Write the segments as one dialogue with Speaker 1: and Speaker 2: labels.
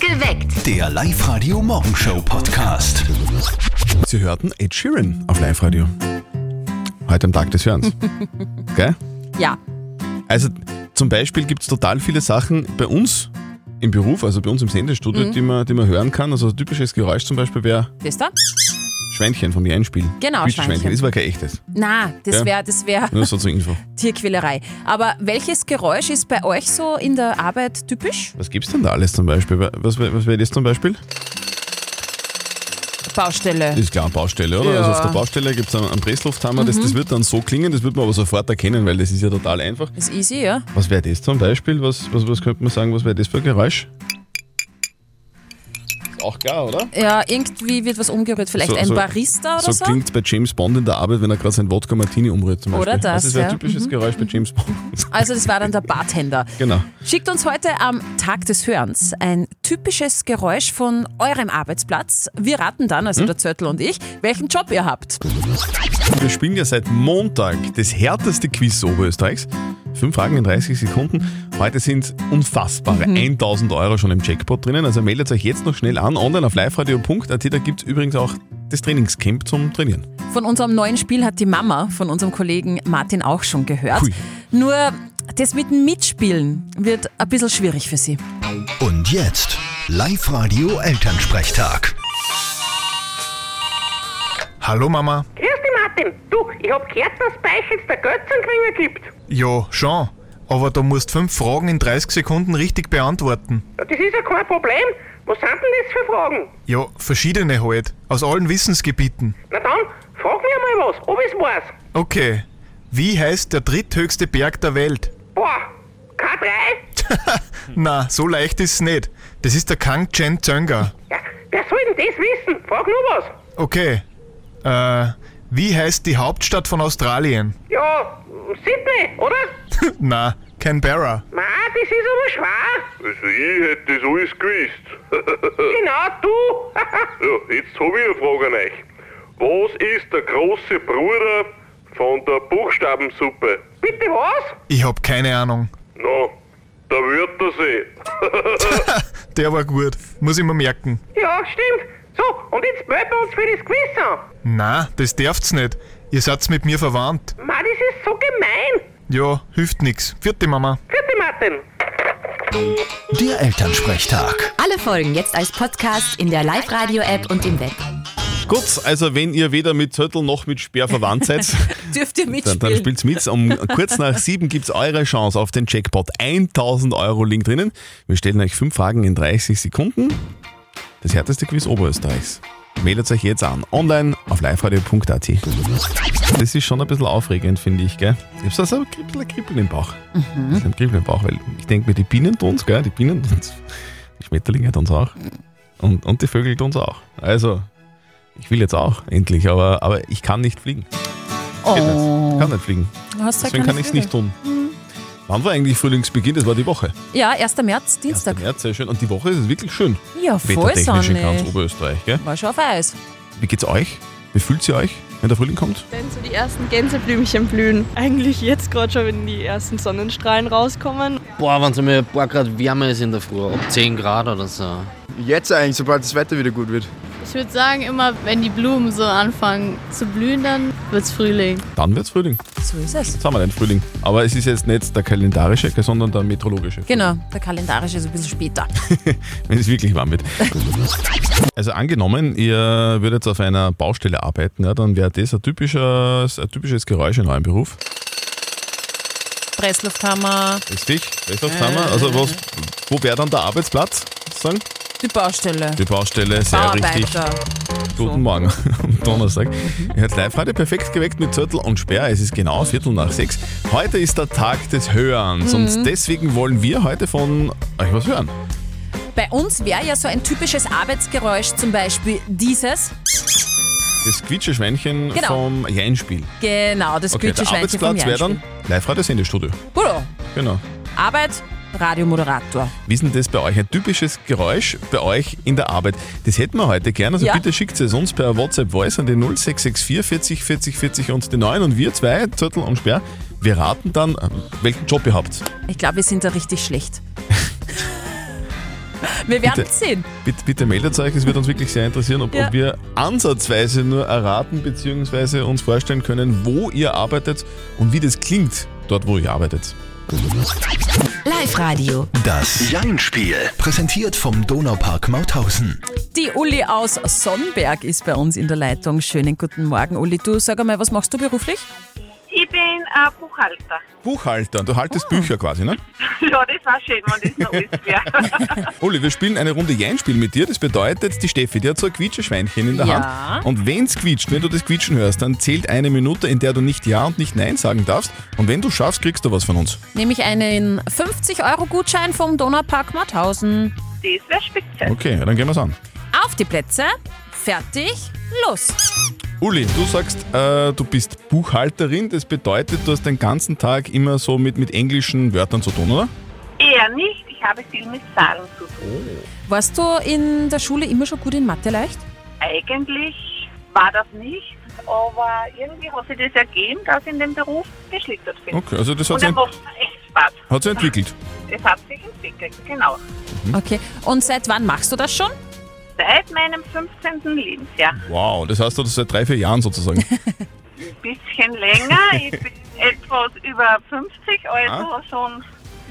Speaker 1: Geweckt.
Speaker 2: Der Live-Radio Morgenshow Podcast.
Speaker 3: Sie hörten Ed Sheeran auf Live-Radio. Heute am Tag des Hörens. Gell?
Speaker 4: Ja,
Speaker 3: Also zum Beispiel gibt es total viele Sachen bei uns im Beruf, also bei uns im Sendestudio,
Speaker 4: Mhm.
Speaker 3: die, man, die man hören kann. Also ein typisches Geräusch zum Beispiel wäre
Speaker 4: das da?
Speaker 3: Schweinchen von die Einspiel.
Speaker 4: Genau,
Speaker 3: Quietscheschweinchen.
Speaker 4: Schweinchen.
Speaker 3: Das war kein echtes.
Speaker 4: Na, das
Speaker 3: Ja.
Speaker 4: wäre das wär
Speaker 3: Nur so zur Info.
Speaker 4: Tierquälerei. Aber welches Geräusch ist bei euch so in der Arbeit typisch?
Speaker 3: Was gibt's denn da alles zum Beispiel? Was, wär- was wäre das zum Beispiel?
Speaker 4: Baustelle.
Speaker 3: Ist klar, Baustelle, oder?
Speaker 4: Ja. Mhm.
Speaker 3: Also auf der Baustelle gibt es einen, einen Presslufthammer, das, das wird dann so klingen, das wird man aber sofort erkennen, weil das ist ja total einfach.
Speaker 4: Ist easy, ja?
Speaker 3: Was wäre das zum Beispiel? Was, was, was könnte man sagen, was wäre das für ein Geräusch? Ist auch klar, oder?
Speaker 4: Ja, irgendwie wird was umgerührt. Vielleicht
Speaker 3: So-
Speaker 4: ein
Speaker 3: so-
Speaker 4: Barista oder
Speaker 3: So
Speaker 4: so?
Speaker 3: klingt bei James Bond in der Arbeit, wenn er gerade sein Wodka Martini umrührt zum Beispiel.
Speaker 4: Oder das,
Speaker 3: Das ist ein
Speaker 4: ja. Mhm.
Speaker 3: typisches Geräusch bei James Bond.
Speaker 4: Also das war dann der Bartender.
Speaker 3: genau.
Speaker 4: Schickt uns heute am Tag des Hörens ein typisches Geräusch von eurem Arbeitsplatz. Wir raten dann,
Speaker 3: Hm?
Speaker 4: also der Zöttl und ich, welchen Job ihr habt.
Speaker 3: Wir spielen ja seit Montag das härteste Quiz Oberösterreichs. Fünf Fragen in 30 Sekunden. Heute sind unfassbare
Speaker 4: Mhm.
Speaker 3: 1000 Euro schon im Jackpot drinnen. Also meldet euch jetzt noch schnell an, online auf liveradio.at. Da gibt es übrigens auch das Trainingscamp zum Trainieren.
Speaker 4: Von unserem neuen Spiel hat die Mama von unserem Kollegen Martin auch schon gehört.
Speaker 3: Hui.
Speaker 4: Nur das mit dem Mitspielen wird ein bisschen schwierig für sie.
Speaker 2: Und jetzt Live-Radio Elternsprechtag.
Speaker 5: Hallo Mama.
Speaker 6: Grüß dich, Martin. Du, ich hab gehört, dass es bei euch jetzt der Götzenkringer gibt.
Speaker 5: Ja, schon. Aber du musst fünf Fragen in 30 Sekunden richtig beantworten.
Speaker 6: Ja, das ist ja kein Problem. Was sind denn das für Fragen?
Speaker 5: Ja, verschiedene halt. Aus allen Wissensgebieten.
Speaker 6: Na dann, frag mich einmal was, ob ich's weiß.
Speaker 5: Okay. Wie heißt der dritthöchste Berg der Welt?
Speaker 6: Boah, K3?
Speaker 5: Na, so leicht ist's nicht. Das ist der Kangchen Tsönga.
Speaker 6: Ja, wer soll denn das wissen? Frag nur was.
Speaker 5: Okay. Äh, wie heißt die Hauptstadt von Australien?
Speaker 6: Ja, Sydney, oder?
Speaker 5: Na, Canberra.
Speaker 6: Ma, das ist aber schwer.
Speaker 7: Also ich hätte das alles gewusst.
Speaker 6: Genau, du.
Speaker 7: ja, jetzt habe ich eine Frage an euch. Was ist der große Bruder von der Buchstabensuppe?
Speaker 6: Bitte was?
Speaker 5: Ich hab keine Ahnung.
Speaker 7: Na, der Wörthersee.
Speaker 5: Der war gut. Muss ich mir merken.
Speaker 6: Ja, stimmt. So, und jetzt melden wir uns für das Quiz an.
Speaker 5: Na, das darf's nicht. Ihr seid mit mir verwandt.
Speaker 6: Ma, das ist so gemein.
Speaker 5: Ja, hilft nix. Vierte Mama.
Speaker 6: Vierte Martin.
Speaker 2: Der Elternsprechtag.
Speaker 8: Alle Folgen jetzt als Podcast in der Live-Radio-App und im Web.
Speaker 3: Gut, also wenn ihr weder mit Zöttel noch mit Speer verwandt seid,
Speaker 4: Dürft ihr
Speaker 3: dann,
Speaker 4: mitspielen?
Speaker 3: dann spielt's mit. Um kurz nach sieben gibt's eure Chance auf den Jackpot. 1000 Euro Link drinnen. Wir stellen euch fünf Fragen in 30 Sekunden. Das härteste Quiz Oberösterreichs. Meldet euch jetzt an. Online auf liveradio.at. Das ist schon ein bisschen aufregend, finde ich, gell? Ich hab's also ein bisschen ein Kribbeln im Bauch.
Speaker 4: Hm?
Speaker 3: Mhm. Ein Kribbeln im Bauch, weil ich denke mir, die Bienen tun's, gell? Die Bienen tun's. Die Schmetterlinge tun's auch. Und, und die Vögel tun's auch. Also, ich will jetzt auch, endlich, aber, aber ich kann nicht fliegen. Geht nicht. Kann nicht fliegen.
Speaker 4: Du hast ja
Speaker 3: Deswegen
Speaker 4: keine
Speaker 3: kann ich es
Speaker 4: Frage.
Speaker 3: nicht tun.
Speaker 4: Mhm.
Speaker 3: Wann war eigentlich Frühlingsbeginn? Das war die Woche.
Speaker 4: Ja, 1. März,
Speaker 3: 1.
Speaker 4: Dienstag.
Speaker 3: März, sehr schön. Und die Woche ist wirklich schön.
Speaker 4: Ja, voll
Speaker 3: Wettertechnisch in ganz
Speaker 4: Sonne.
Speaker 3: Oberösterreich. Gell?
Speaker 4: War schon auf Eis.
Speaker 3: Wie geht's euch? Wie fühlt ihr euch, wenn der Frühling kommt?
Speaker 9: Wenn so die ersten Gänseblümchen blühen. Eigentlich jetzt gerade schon, wenn die ersten Sonnenstrahlen rauskommen.
Speaker 10: Boah, wenn es einmal ein paar Grad wärmer ist in der Früh, ab 10 Grad oder so.
Speaker 11: Jetzt eigentlich, sobald das Wetter wieder gut wird.
Speaker 9: Ich würde sagen, immer wenn die Blumen so anfangen zu blühen, dann wird's Frühling.
Speaker 3: Dann wird's Frühling.
Speaker 4: So ist es.
Speaker 3: Jetzt haben wir den Frühling. Aber es ist jetzt nicht der kalendarische, sondern der meteorologische.
Speaker 4: Genau, der kalendarische ist ein bisschen später.
Speaker 3: Wenn es wirklich warm wird. Also angenommen, ihr würdet auf einer Baustelle arbeiten, ja, dann wäre das ein, typisches, ein typisches Geräusch in eurem Beruf.
Speaker 4: Presslufthammer,
Speaker 3: Richtig, Pressluft haben wir. Also was, wo wäre dann der Arbeitsplatz? Sagen?
Speaker 4: die Baustelle,
Speaker 3: Die Baustelle, sehr richtig.
Speaker 4: Bauarbeiter.
Speaker 3: Guten Morgen am Donnerstag. Ihr hört live heute perfekt geweckt mit Zürtel und Sperr. Es ist genau Viertel nach sechs. Heute ist der Tag des Hörens
Speaker 4: Mhm.
Speaker 3: und deswegen wollen wir heute von euch was hören.
Speaker 4: Bei uns wäre ja so ein typisches Arbeitsgeräusch zum Beispiel dieses.
Speaker 3: Das Quietscheschweinchen
Speaker 4: Genau.
Speaker 3: vom Jeinspiel.
Speaker 4: Genau, das
Speaker 3: Okay, der
Speaker 4: Quietscheschweinchen vom
Speaker 3: Arbeitsplatz wäre dann
Speaker 4: Jeinspiel.
Speaker 3: Live-Radio-Sendestudio.
Speaker 4: Bruder,
Speaker 3: Genau.
Speaker 4: Arbeit, Radiomoderator.
Speaker 3: Wie ist denn das bei euch? Ein typisches Geräusch bei euch in der Arbeit. Das hätten wir heute gern. Also
Speaker 4: Ja.
Speaker 3: bitte schickt es uns per WhatsApp-Voice an die 0664 40 40 40 und die 9. Und wir zwei, Zürtel und Sperr, wir raten dann, welchen Job ihr habt.
Speaker 4: Ich glaube, wir sind da richtig schlecht. Wir werden
Speaker 3: Bitte.
Speaker 4: sehen.
Speaker 3: Bitte, bitte meldet euch, es wird uns wirklich sehr interessieren, ob,
Speaker 4: Ja.
Speaker 3: ob wir ansatzweise nur erraten bzw. uns vorstellen können, wo ihr arbeitet und wie das klingt, dort wo ihr arbeitet.
Speaker 8: Live-Radio.
Speaker 2: Das Jein-Spiel. Präsentiert vom Donaupark Mauthausen.
Speaker 4: Die Uli aus Sonnenberg ist bei uns in der Leitung. Schönen guten Morgen, Uli. Du sag einmal, was machst du beruflich?
Speaker 6: Ich bin äh, Buchhalter.
Speaker 3: Buchhalter, du
Speaker 4: Ah.
Speaker 3: haltest Bücher quasi, ne?
Speaker 6: Ja, das war schön, wenn das noch alles wäre.
Speaker 3: Uli, wir spielen eine Runde Jein-Spiel mit dir. Das bedeutet, die Steffi, die hat so ein Quietscheschweinchen in der
Speaker 4: Ja.
Speaker 3: Hand. Und wenn's quietscht, wenn du das Quietschen hörst, dann zählt eine Minute, in der du nicht Ja und nicht Nein sagen darfst. Und wenn du schaffst, kriegst du was von uns.
Speaker 4: Nämlich einen 50-Euro-Gutschein vom Donaupark Mauthausen.
Speaker 6: das wäre speziell.
Speaker 3: Okay, ja, dann gehen wir's an.
Speaker 4: Auf die Plätze, fertig, los.
Speaker 3: Uli, du sagst, äh, du bist Buchhalterin. Das bedeutet, du hast den ganzen Tag immer so mit, mit englischen Wörtern zu tun, oder?
Speaker 6: Eher nicht, ich habe viel mit Zahlen zu tun.
Speaker 4: Warst du in der Schule immer schon gut in Mathe leicht?
Speaker 6: Eigentlich war das nicht, aber irgendwie hat sich das ergeben, dass ich in dem Beruf geschlittert bin.
Speaker 3: Okay, also das hat
Speaker 6: Und
Speaker 3: sich,
Speaker 6: er macht mir echt Spaß.
Speaker 3: hat sich entwickelt.
Speaker 6: Es hat sich entwickelt, genau.
Speaker 3: Hm?
Speaker 4: Okay. Und seit wann machst du das schon?
Speaker 6: Seit meinem 15. Lebensjahr.
Speaker 3: Wow, das heißt, du hast das seit drei, vier Jahren sozusagen.
Speaker 6: Ein bisschen länger, ich bin etwas über 50, also
Speaker 3: Ah.
Speaker 6: schon ein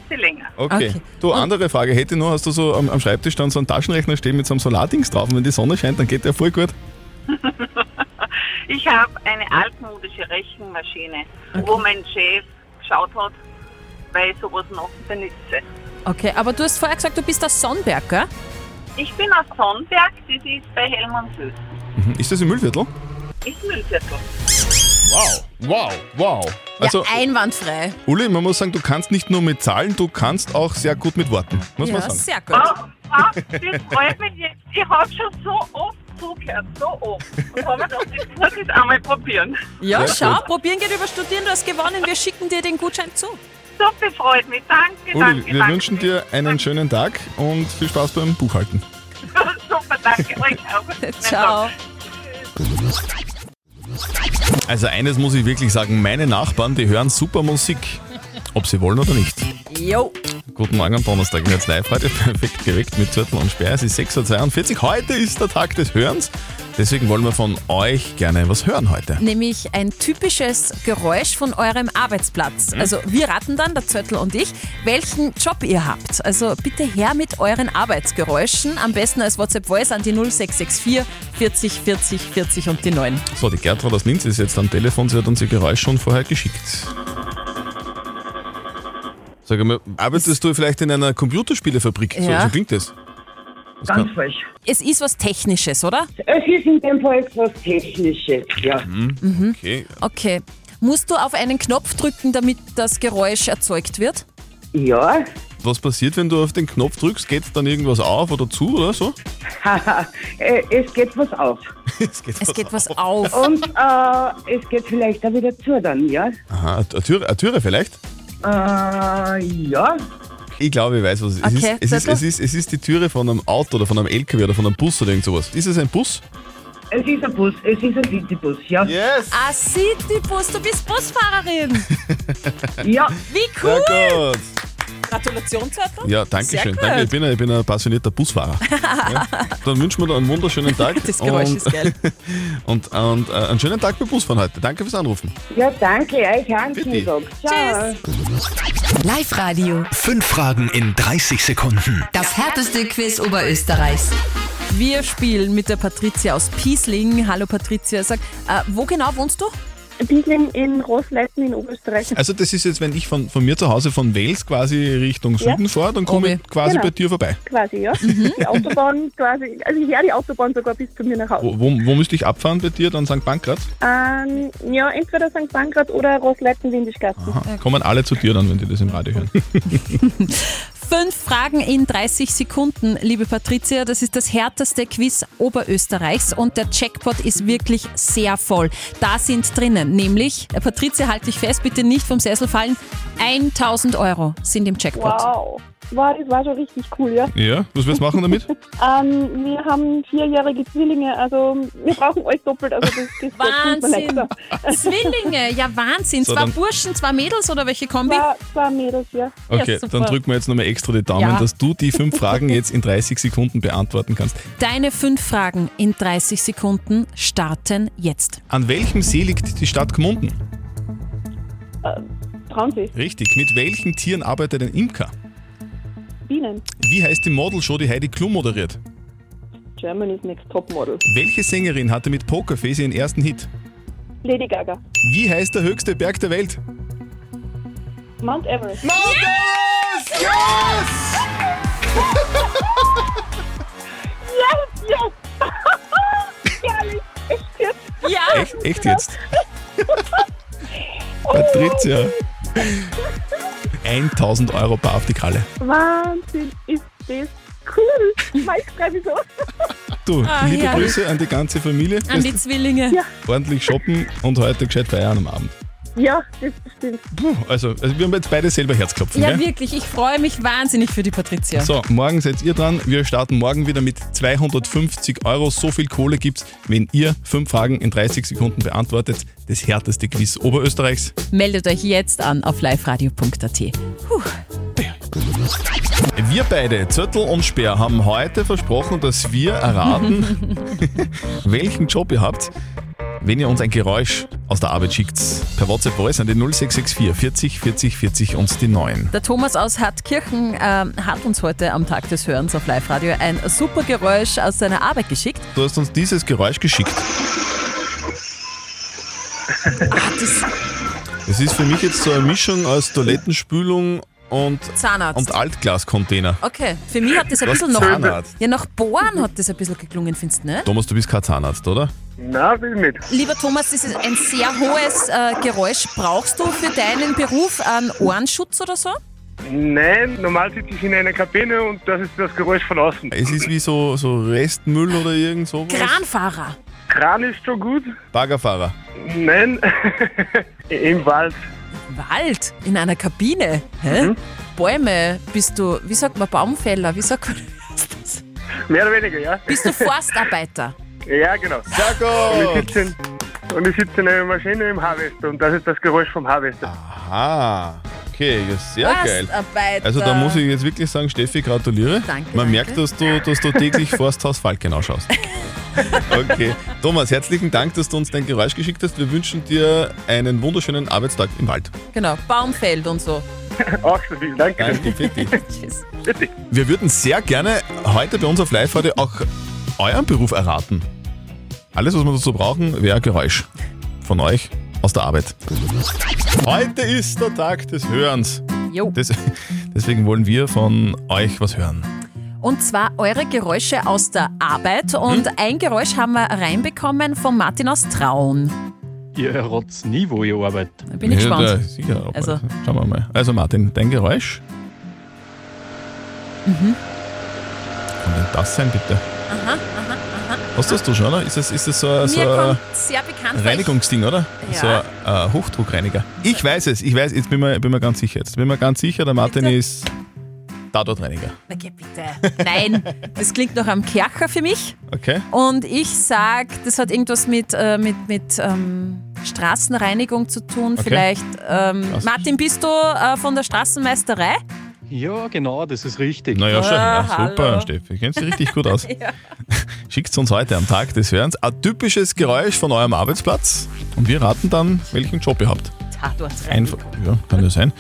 Speaker 6: bisschen länger.
Speaker 3: Okay.
Speaker 4: Okay.
Speaker 3: Du, andere Frage hätte ich nur, hast du so am, am Schreibtisch dann so einen Taschenrechner stehen mit so einem Solardings drauf und wenn die Sonne scheint, dann geht der voll gut.
Speaker 6: Ich habe eine altmodische Rechenmaschine, wo mein Chef geschaut hat, weil ich sowas noch benutze.
Speaker 4: Okay, aber du hast vorher gesagt, du bist aus Sonnenberg, gell?
Speaker 6: Ich bin aus Sonnenberg, das ist bei Helmandshöhe.
Speaker 3: Mhm. Ist das im Müllviertel?
Speaker 6: Ist Müllviertel.
Speaker 3: Wow, wow, wow. Also,
Speaker 4: einwandfrei.
Speaker 3: Uli, man muss sagen, du kannst nicht nur mit Zahlen, du kannst auch sehr gut mit Worten, muss
Speaker 4: ja,
Speaker 3: man sagen. Ah.
Speaker 4: sehr gut.
Speaker 6: Oh, oh, das freut mich jetzt. Ich habe schon so oft zugehört, so oft. Und habe mir gedacht, ich muss das einmal probieren.
Speaker 4: Ja,
Speaker 3: Sehr
Speaker 4: schau,
Speaker 3: gut.
Speaker 4: probieren geht über Studieren, du hast gewonnen, wir schicken dir den Gutschein zu.
Speaker 6: So befreut mich. Danke,
Speaker 3: Uli,
Speaker 6: danke,
Speaker 3: wir
Speaker 6: danke.
Speaker 3: wünschen dir einen schönen Tag und viel Spaß beim Buchhalten.
Speaker 6: Super, danke euch auch.
Speaker 4: Ciao.
Speaker 3: Also eines muss ich wirklich sagen, meine Nachbarn, die hören super Musik, ob sie wollen oder nicht.
Speaker 4: Jo.
Speaker 3: Guten Morgen am Donnerstag, jetzt live heute perfekt geweckt mit Zürtel und Sperr. Es ist 6.42 Uhr, heute ist der Tag des Hörens, deswegen wollen wir von euch gerne was hören heute.
Speaker 4: Nämlich ein typisches Geräusch von eurem Arbeitsplatz.
Speaker 3: Mhm.
Speaker 4: Also wir raten dann, der Zöttl und ich, welchen Job ihr habt. Also bitte her mit euren Arbeitsgeräuschen. Am besten als WhatsApp-Voice an die 0664 40 40 40 und die 9.
Speaker 3: So, die Gertrud aus Linz ist jetzt am Telefon, sie hat uns ihr Geräusch schon vorher geschickt. Sag einmal, arbeitest du vielleicht in einer Computerspielefabrik?
Speaker 4: Ja.
Speaker 3: So, so klingt das. das kann,
Speaker 1: falsch.
Speaker 4: Es ist was Technisches, oder?
Speaker 1: Es ist in dem Fall etwas Technisches, ja.
Speaker 3: Mhm. okay.
Speaker 4: Okay. Musst du auf einen Knopf drücken, damit das Geräusch erzeugt wird?
Speaker 1: Ja,
Speaker 3: Was passiert, wenn du auf den Knopf drückst? Geht dann irgendwas auf oder zu oder so?
Speaker 1: haha, äh, es geht was auf.
Speaker 3: Es geht
Speaker 4: Es geht was auf.
Speaker 1: Und äh, es geht vielleicht auch wieder zu dann, ja?
Speaker 3: Aha, eine Türe, eine Türe vielleicht?
Speaker 1: Äh, ja,
Speaker 3: Ich glaube, ich weiß, was es
Speaker 4: Okay,
Speaker 3: ist. Es ist,
Speaker 4: Zettel?
Speaker 3: es, ist, es ist die Türe von einem Auto oder von einem LKW oder von einem Bus oder irgend sowas. Ist es ein Bus?
Speaker 1: es ist ein Bus, es ist ein Citybus, ja.
Speaker 3: Yes!
Speaker 4: Ah, Citybus, du bist Busfahrerin.
Speaker 1: Ja,
Speaker 4: Wie cool.
Speaker 3: Sehr gut!
Speaker 4: Gratulation, Zöttl.
Speaker 3: Ja, danke
Speaker 4: Sehr
Speaker 3: schön.
Speaker 4: gut.
Speaker 3: Danke, ich bin, ein, ich bin ein passionierter Busfahrer. ja. Dann wünschen wir dir einen wunderschönen Tag.
Speaker 4: Das Geräusch
Speaker 3: und,
Speaker 4: ist geil.
Speaker 3: Und, und äh, einen schönen Tag beim Busfahren heute. Danke fürs Anrufen.
Speaker 1: ja danke, euch auch einen schönen
Speaker 3: Bitte.
Speaker 1: Tag. Ciao.
Speaker 4: Tschüss.
Speaker 8: Live-Radio.
Speaker 2: Fünf Fragen in 30 Sekunden.
Speaker 8: Das härteste Quiz Oberösterreichs.
Speaker 4: Wir spielen mit der Patricia aus Piesling. Hallo Patricia, sag, äh, wo genau wohnst du?
Speaker 12: Ein bisschen in Rosleiten in Oberösterreich.
Speaker 3: Also das ist jetzt, wenn ich von, von mir zu Hause von Wales quasi Richtung Süden fahre, dann komme
Speaker 4: Obi.
Speaker 3: ich quasi
Speaker 12: Genau.
Speaker 3: bei dir vorbei.
Speaker 12: Quasi, ja.
Speaker 3: Mhm.
Speaker 12: Die Autobahn quasi, also ich höre die Autobahn sogar bis zu mir nach Hause.
Speaker 3: Wo, wo, wo müsste ich abfahren bei dir? Dann St. Pankraz?
Speaker 12: Ähm, ja, entweder St. Pankrat oder Rosleiten-Windischgarten.
Speaker 3: Aha. Kommen alle zu dir dann, wenn die das im Radio hören.
Speaker 4: Fünf Fragen in 30 Sekunden, liebe Patricia. Das ist das härteste Quiz Oberösterreichs und der Jackpot ist wirklich sehr voll. Da sind drinnen, nämlich, äh, Patricia, halt dich fest, bitte nicht vom Sessel fallen, 1000 Euro sind im Jackpot.
Speaker 12: Wow. war, das war schon richtig cool, ja.
Speaker 3: Ja, was wirst du machen damit?
Speaker 12: Ähm, wir haben vierjährige Zwillinge, also wir brauchen euch doppelt. Also das, das
Speaker 4: Wahnsinn! Zwillinge, ja Wahnsinn.
Speaker 3: So,
Speaker 4: zwei
Speaker 3: dann-
Speaker 4: Burschen, zwei Mädels oder welche Kombi?
Speaker 12: Zwei, zwei Mädels, ja.
Speaker 3: Okay,
Speaker 4: super.
Speaker 3: dann drücken wir jetzt nochmal extra die Daumen,
Speaker 4: Ja.
Speaker 3: dass du die fünf Fragen jetzt in 30 Sekunden beantworten kannst.
Speaker 4: Deine fünf Fragen in 30 Sekunden starten jetzt.
Speaker 3: An welchem See liegt die Stadt Gmunden?
Speaker 12: Traunsee,
Speaker 3: Richtig. Mit welchen Tieren arbeitet ein Imker?
Speaker 12: Bienen.
Speaker 3: Wie heißt die Modelshow, die Heidi Klum moderiert?
Speaker 12: Germany's Next Topmodel.
Speaker 3: Welche Sängerin hatte mit Pokerface ihren ersten Hit?
Speaker 12: Lady Gaga.
Speaker 3: Wie heißt der höchste Berg der Welt?
Speaker 12: Mount Everest.
Speaker 3: Yes!
Speaker 12: Yes, yes! Herrlich, echt jetzt?
Speaker 4: Ja!
Speaker 3: Echt, echt jetzt? Patricia. 1000 Euro bar auf die Kralle.
Speaker 12: Wahnsinn, ist das cool! Mike, schreib ich so.
Speaker 3: Du,
Speaker 12: Ah,
Speaker 3: liebe
Speaker 12: ja.
Speaker 3: Grüße an die ganze Familie.
Speaker 4: An die Zwillinge. Ja,
Speaker 3: Ordentlich shoppen und heute gescheit feiern am Abend.
Speaker 12: ja das stimmt.
Speaker 3: Puh, also, also wir haben jetzt beide selber Herzklopfen. gell?
Speaker 4: wirklich. Ich freue mich wahnsinnig für die Patricia.
Speaker 3: So, morgen seid ihr dran. Wir starten morgen wieder mit 250 Euro. So viel Kohle gibt's, wenn ihr fünf Fragen in 30 Sekunden beantwortet. Das härteste Quiz Oberösterreichs.
Speaker 4: Meldet euch jetzt an auf liveradio.at.
Speaker 3: Wir beide, Zöttl und Speer, haben heute versprochen, dass wir erraten, welchen Job ihr habt, wenn ihr uns ein Geräusch aus der Arbeit schickt. Per WhatsApp Voice an die 0664 40 40 40 und die 9.
Speaker 4: Der Thomas aus Hartkirchen ähm, hat uns heute am Tag des Hörens auf Live-Radio ein super Geräusch aus seiner Arbeit geschickt.
Speaker 3: Du hast uns dieses Geräusch geschickt. Ah,
Speaker 4: Ah,
Speaker 3: Das ist für mich jetzt so eine Mischung aus Toilettenspülung und,
Speaker 4: Zahnarzt.
Speaker 3: und Altglascontainer.
Speaker 4: Okay, für mich hat das ein
Speaker 3: Was
Speaker 4: bisschen nach,
Speaker 3: Zahnarzt?
Speaker 4: ja, nach Bohren hat das ein bisschen geklungen, findest du, ne?
Speaker 3: Thomas, du bist kein Zahnarzt, oder?
Speaker 7: Na, will nicht.
Speaker 4: Lieber Thomas, das ist ein sehr hohes äh, Geräusch. Brauchst du für deinen Beruf einen Ohrenschutz oder so?
Speaker 7: Nein, normal sitze ich in einer Kabine und das ist das Geräusch von außen.
Speaker 3: Es ist wie so, so Restmüll oder irgend so.
Speaker 4: Kranfahrer.
Speaker 7: Kran ist schon gut.
Speaker 3: Baggerfahrer.
Speaker 7: Nein, im Wald.
Speaker 4: Wald in einer Kabine. Hä?
Speaker 3: Mhm.
Speaker 4: Bäume bist du, wie sagt man, Baumfäller? Wie sagt man das?
Speaker 7: Mehr oder weniger, ja.
Speaker 4: Bist du Forstarbeiter?
Speaker 7: Ja, genau. Und ich sitze in, und ich sitze in einer Maschine im Harvester und das ist das Geräusch vom Harvester.
Speaker 3: Aha, okay, ja, sehr geil.
Speaker 4: Forstarbeiter.
Speaker 3: Also da muss ich jetzt wirklich sagen, Steffi, gratuliere.
Speaker 4: Danke,
Speaker 3: Man
Speaker 4: danke.
Speaker 3: merkt, dass du, dass du täglich Forsthaus Falkenau schaust. Okay. Thomas, herzlichen Dank, dass du uns dein Geräusch geschickt hast. Wir wünschen dir einen wunderschönen Arbeitstag im Wald.
Speaker 4: Genau, Baumfeld und so.
Speaker 7: Auch so viel, danke.
Speaker 3: Danke, Fitti.
Speaker 4: Tschüss.
Speaker 3: Wir würden sehr gerne heute bei uns auf Live-Radio auch euren Beruf erraten. Alles, was wir dazu brauchen, wäre ein Geräusch von euch aus der Arbeit. Heute ist der Tag des Hörens.
Speaker 4: Jo.
Speaker 3: Des, deswegen wollen wir von euch was hören.
Speaker 4: Und zwar eure Geräusche aus der Arbeit. Und
Speaker 3: Mhm.
Speaker 4: ein Geräusch haben wir reinbekommen von Martin aus Traun.
Speaker 13: Ihr errotzt nie, wo ihr arbeitet.
Speaker 4: Bin ich gespannt.
Speaker 3: da- sicher. ob-
Speaker 4: Also.
Speaker 3: Schauen wir mal. Also Martin, dein Geräusch.
Speaker 4: Mhm.
Speaker 3: Kann denn das sein, bitte?
Speaker 4: Aha, aha, aha.
Speaker 3: Hast du das da schon, oder? Ist das, ist das so, ein-
Speaker 4: Mir
Speaker 3: so ein
Speaker 4: kommt sehr bekannt vor.
Speaker 3: Reinigungsding, oder?
Speaker 4: Ja.
Speaker 3: So ein äh, Hochdruckreiniger. Ich weiß es, ich weiß, jetzt bin mir, bin mir ganz sicher. Jetzt bin mir ganz sicher, der Martin ist Tatortreiniger.
Speaker 4: Na geh bitte. Nein, das klingt noch am Kercher für mich.
Speaker 3: Okay?
Speaker 4: Und ich sag, das hat irgendwas mit, äh, mit, mit ähm, Straßenreinigung zu tun.
Speaker 13: Okay.
Speaker 4: Vielleicht, ähm,
Speaker 13: Straßen-
Speaker 4: Martin, bist du äh, von der Straßenmeisterei?
Speaker 13: Ja, genau, das ist richtig.
Speaker 3: Naja, schon.
Speaker 4: Ah,
Speaker 3: Ja, super,
Speaker 4: hallo.
Speaker 3: Steffi. Kennst du richtig gut aus. Schickt uns heute am Tag des Hörens ein typisches Geräusch von eurem Arbeitsplatz und wir raten dann, welchen Job ihr habt. Einfach. Ja, kann ja sein.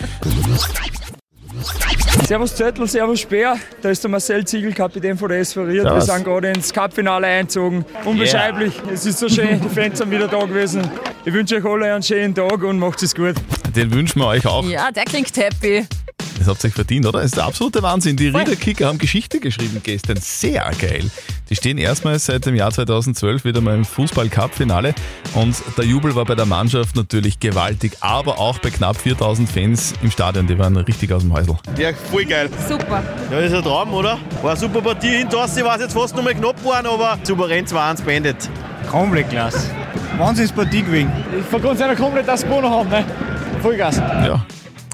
Speaker 14: Servus Zettel, Servus Speer. Da ist der Marcel Ziegel, Kapitän von der SV Ried. Wir
Speaker 3: Servus.
Speaker 14: sind gerade ins Cup-Finale eingezogen. Unbeschreiblich. Es ist so schön, die Fans sind wieder da gewesen. Ich wünsche euch alle einen schönen Tag und macht es gut.
Speaker 3: Den wünschen wir euch auch.
Speaker 4: Ja, der klingt happy.
Speaker 3: Das habt ihr euch verdient, oder? Das ist der absolute Wahnsinn. Die Riederkicker haben Geschichte geschrieben gestern. Sehr geil. Die stehen erstmals seit dem Jahr 2012 wieder mal im Fußball-Cup-Finale und der Jubel war bei der Mannschaft natürlich gewaltig, aber auch bei knapp 4000 Fans im Stadion. Die waren richtig aus dem Häusl.
Speaker 15: Ja, voll geil.
Speaker 4: Super.
Speaker 15: Ja, ist ein Traum, oder? War eine super Partie. Hinterher war es jetzt fast nur mal knapp geworden, aber souverän 2-1 beendet. Komplett klasse. Wahnsinnspartie gewesen.
Speaker 14: Ich vergönne es einer komplett das gewonnen haben. Ne? Vollgas.
Speaker 3: Ja.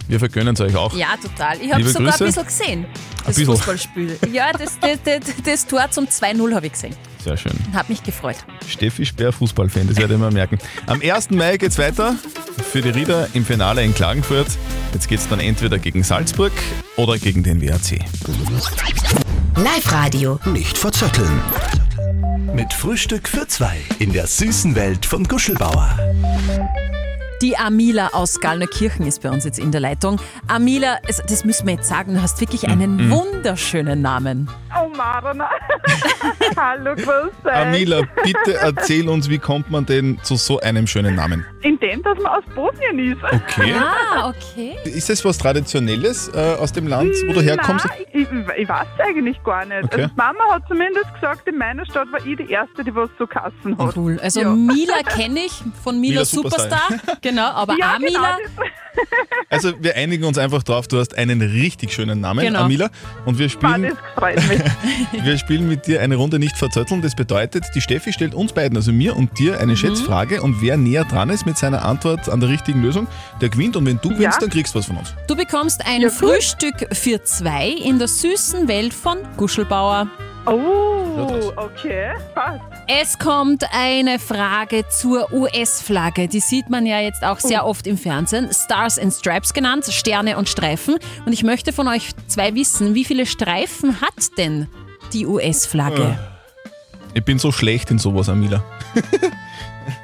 Speaker 3: Wir vergönnen es euch auch.
Speaker 4: Ja, total. Ich habe
Speaker 3: Liebe
Speaker 4: es sogar
Speaker 3: Grüße.
Speaker 4: ein bisschen gesehen, das
Speaker 3: bisschen.
Speaker 4: Fußballspiel. Ja, das, das, das, das Tor zum 2-0 habe ich gesehen
Speaker 3: Sehr schön.
Speaker 4: und habe mich gefreut.
Speaker 3: Steffi Speer, Fußballfan, das werdet ihr mal merken. Am 1. Mai geht's weiter für die Rieder im Finale in Klagenfurt. Jetzt geht's dann entweder gegen Salzburg oder gegen den WRC.
Speaker 2: Live-Radio. Nicht verzetteln. Mit Frühstück für zwei in der süßen Welt von Guschelbauer.
Speaker 4: Die Amila aus Gallnerkirchen ist bei uns jetzt in der Leitung. Amila, es- das müssen wir jetzt sagen, du hast wirklich einen
Speaker 3: Mhm.
Speaker 4: wunderschönen Namen.
Speaker 12: Oh, Marana. Hallo, grüß euch.
Speaker 3: Amila, bitte erzähl uns, wie kommt man denn zu so einem schönen Namen?
Speaker 12: Indem, dass man aus Bosnien ist.
Speaker 3: Okay.
Speaker 4: Ah, okay.
Speaker 3: Ist das was Traditionelles äh, aus dem Land, wo du herkommst?
Speaker 12: Nein, ich, ich ich weiß eigentlich gar nicht.
Speaker 3: Okay.
Speaker 12: Also die Mama hat zumindest gesagt, in meiner Stadt war ich die Erste, die was zu kassen hat.
Speaker 4: Cool. Also Mila kenne ich von Mila,
Speaker 3: Mila Superstar.
Speaker 4: Superstar. Genau, aber
Speaker 12: Ja, genau,
Speaker 4: Amila,
Speaker 3: Also wir einigen uns einfach drauf, du hast einen richtig schönen Namen,
Speaker 4: Genau.
Speaker 3: Amila. Und wir spielen,
Speaker 12: Freut mich.
Speaker 3: wir spielen mit dir eine Runde nicht verzötteln. Das bedeutet, die Steffi stellt uns beiden, also mir und dir, eine Schätzfrage. Und wer näher dran ist mit seiner Antwort an der richtigen Lösung, der gewinnt. Und wenn du gewinnst, dann kriegst du was von uns.
Speaker 4: du bekommst ein Frühstück für zwei in der süßen Welt von Guschelbauer.
Speaker 12: Oh, okay, Ah, passt.
Speaker 4: Es kommt eine Frage zur US-Flagge. Die sieht man ja jetzt auch
Speaker 12: Oh.
Speaker 4: sehr oft im Fernsehen. Stars and Stripes genannt, Sterne und Streifen. Und ich möchte von euch zwei wissen, wie viele Streifen hat denn die US-Flagge?
Speaker 3: Ich bin so schlecht in sowas, Amila.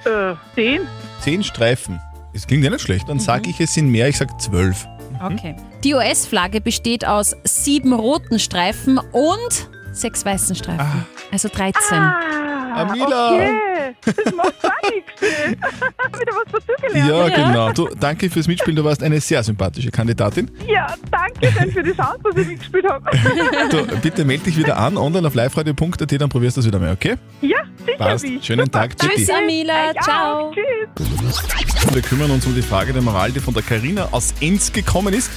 Speaker 12: Äh, zehn?
Speaker 3: Zehn Streifen. Das klingt ja nicht schlecht. Dann sage ich, es sind mehr, ich sage zwölf.
Speaker 4: Okay. Die US-Flagge besteht aus sieben roten Streifen und sechs weißen Streifen. Also 13.
Speaker 3: Amila!
Speaker 12: Okay, das macht gar nichts. Wieder was dazugelernt.
Speaker 3: Ja, genau. Du, danke fürs Mitspielen. Du warst eine sehr sympathische Kandidatin.
Speaker 12: Ja, danke schön für die Chance, dass ich mitgespielt habe.
Speaker 3: Du, bitte melde dich wieder an, online auf liveradio.at, dann probierst du es wieder mal, okay?
Speaker 12: ja, sicher.
Speaker 3: Passt.
Speaker 12: wie.
Speaker 3: Schönen
Speaker 12: Super.
Speaker 3: Tag, Tschüssi.
Speaker 4: Tschüss, Amila. Ciao.
Speaker 3: Wir kümmern uns um die Frage der Moral, die von der Karina aus Enz gekommen ist.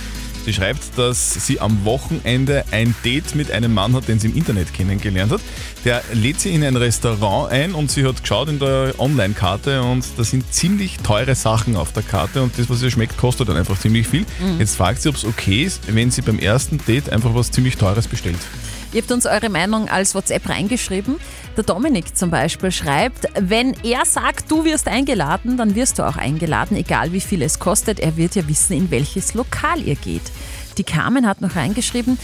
Speaker 3: Sie schreibt, dass sie am Wochenende ein Date mit einem Mann hat, den sie im Internet kennengelernt hat. Der lädt sie in ein Restaurant ein und sie hat geschaut in der Online-Karte und da sind ziemlich teure Sachen auf der Karte und das, was ihr schmeckt, kostet dann einfach ziemlich viel.
Speaker 4: Mhm.
Speaker 3: Jetzt fragt sie, ob es okay ist, wenn sie beim ersten Date einfach was ziemlich Teures bestellt.
Speaker 4: Ihr habt uns eure Meinung als WhatsApp reingeschrieben. Der Dominik zum Beispiel schreibt, wenn er sagt, du wirst eingeladen, dann wirst du auch eingeladen, egal wie viel es kostet. Er wird ja wissen, in welches Lokal ihr geht. Die Carmen hat noch reingeschrieben,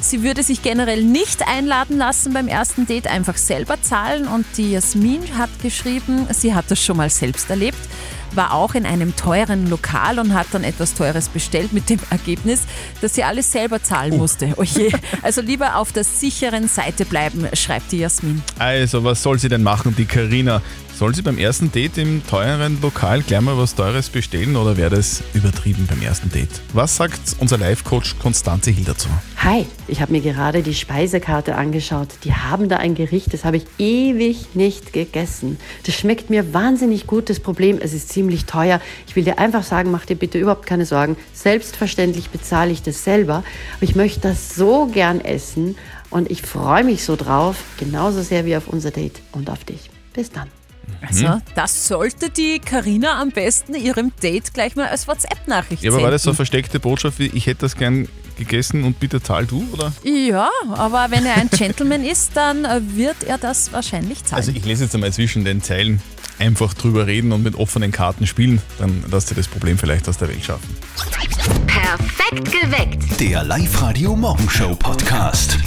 Speaker 4: sie würde sich generell nicht einladen lassen beim ersten Date, einfach selber zahlen. Und die Jasmin hat geschrieben, sie hat das schon mal selbst erlebt war auch in einem teuren Lokal und hat dann etwas Teures bestellt mit dem Ergebnis, dass sie alles selber zahlen
Speaker 3: Oh.
Speaker 4: musste. Oje. Also lieber auf der sicheren Seite bleiben, schreibt die Jasmin.
Speaker 3: Also, was soll sie denn machen, die Karina? Soll sie beim ersten Date im teuren Lokal gleich mal was Teures bestellen oder wäre das übertrieben beim ersten Date? Was sagt unser Live-Coach Konstanze Hill dazu?
Speaker 16: Hi, ich habe mir gerade die Speisekarte angeschaut. Die haben da ein Gericht, das habe ich ewig nicht gegessen. Das schmeckt mir wahnsinnig gut. Das Problem, es ist ziemlich teuer. Ich will dir einfach sagen, mach dir bitte überhaupt keine Sorgen. Selbstverständlich bezahle ich das selber. Aber ich möchte das so gern essen und ich freue mich so drauf, genauso sehr wie auf unser Date und auf dich. Bis dann.
Speaker 3: Hm?
Speaker 4: Also, das sollte die Karina am besten ihrem Date gleich mal als WhatsApp-Nachricht
Speaker 3: Ja, aber war das so eine
Speaker 4: senden.
Speaker 3: versteckte Botschaft wie, ich hätte das gern gegessen und bitte zahl du, oder?
Speaker 4: Ja, aber wenn er ein Gentleman ist, dann äh, wird er das wahrscheinlich zahlen.
Speaker 3: Also ich lese jetzt einmal zwischen den Zeilen. Einfach drüber reden und mit offenen Karten spielen, dann lasst ihr das Problem vielleicht aus der Welt schaffen.
Speaker 8: Perfekt geweckt.
Speaker 2: Der Live-Radio Morgenshow Podcast.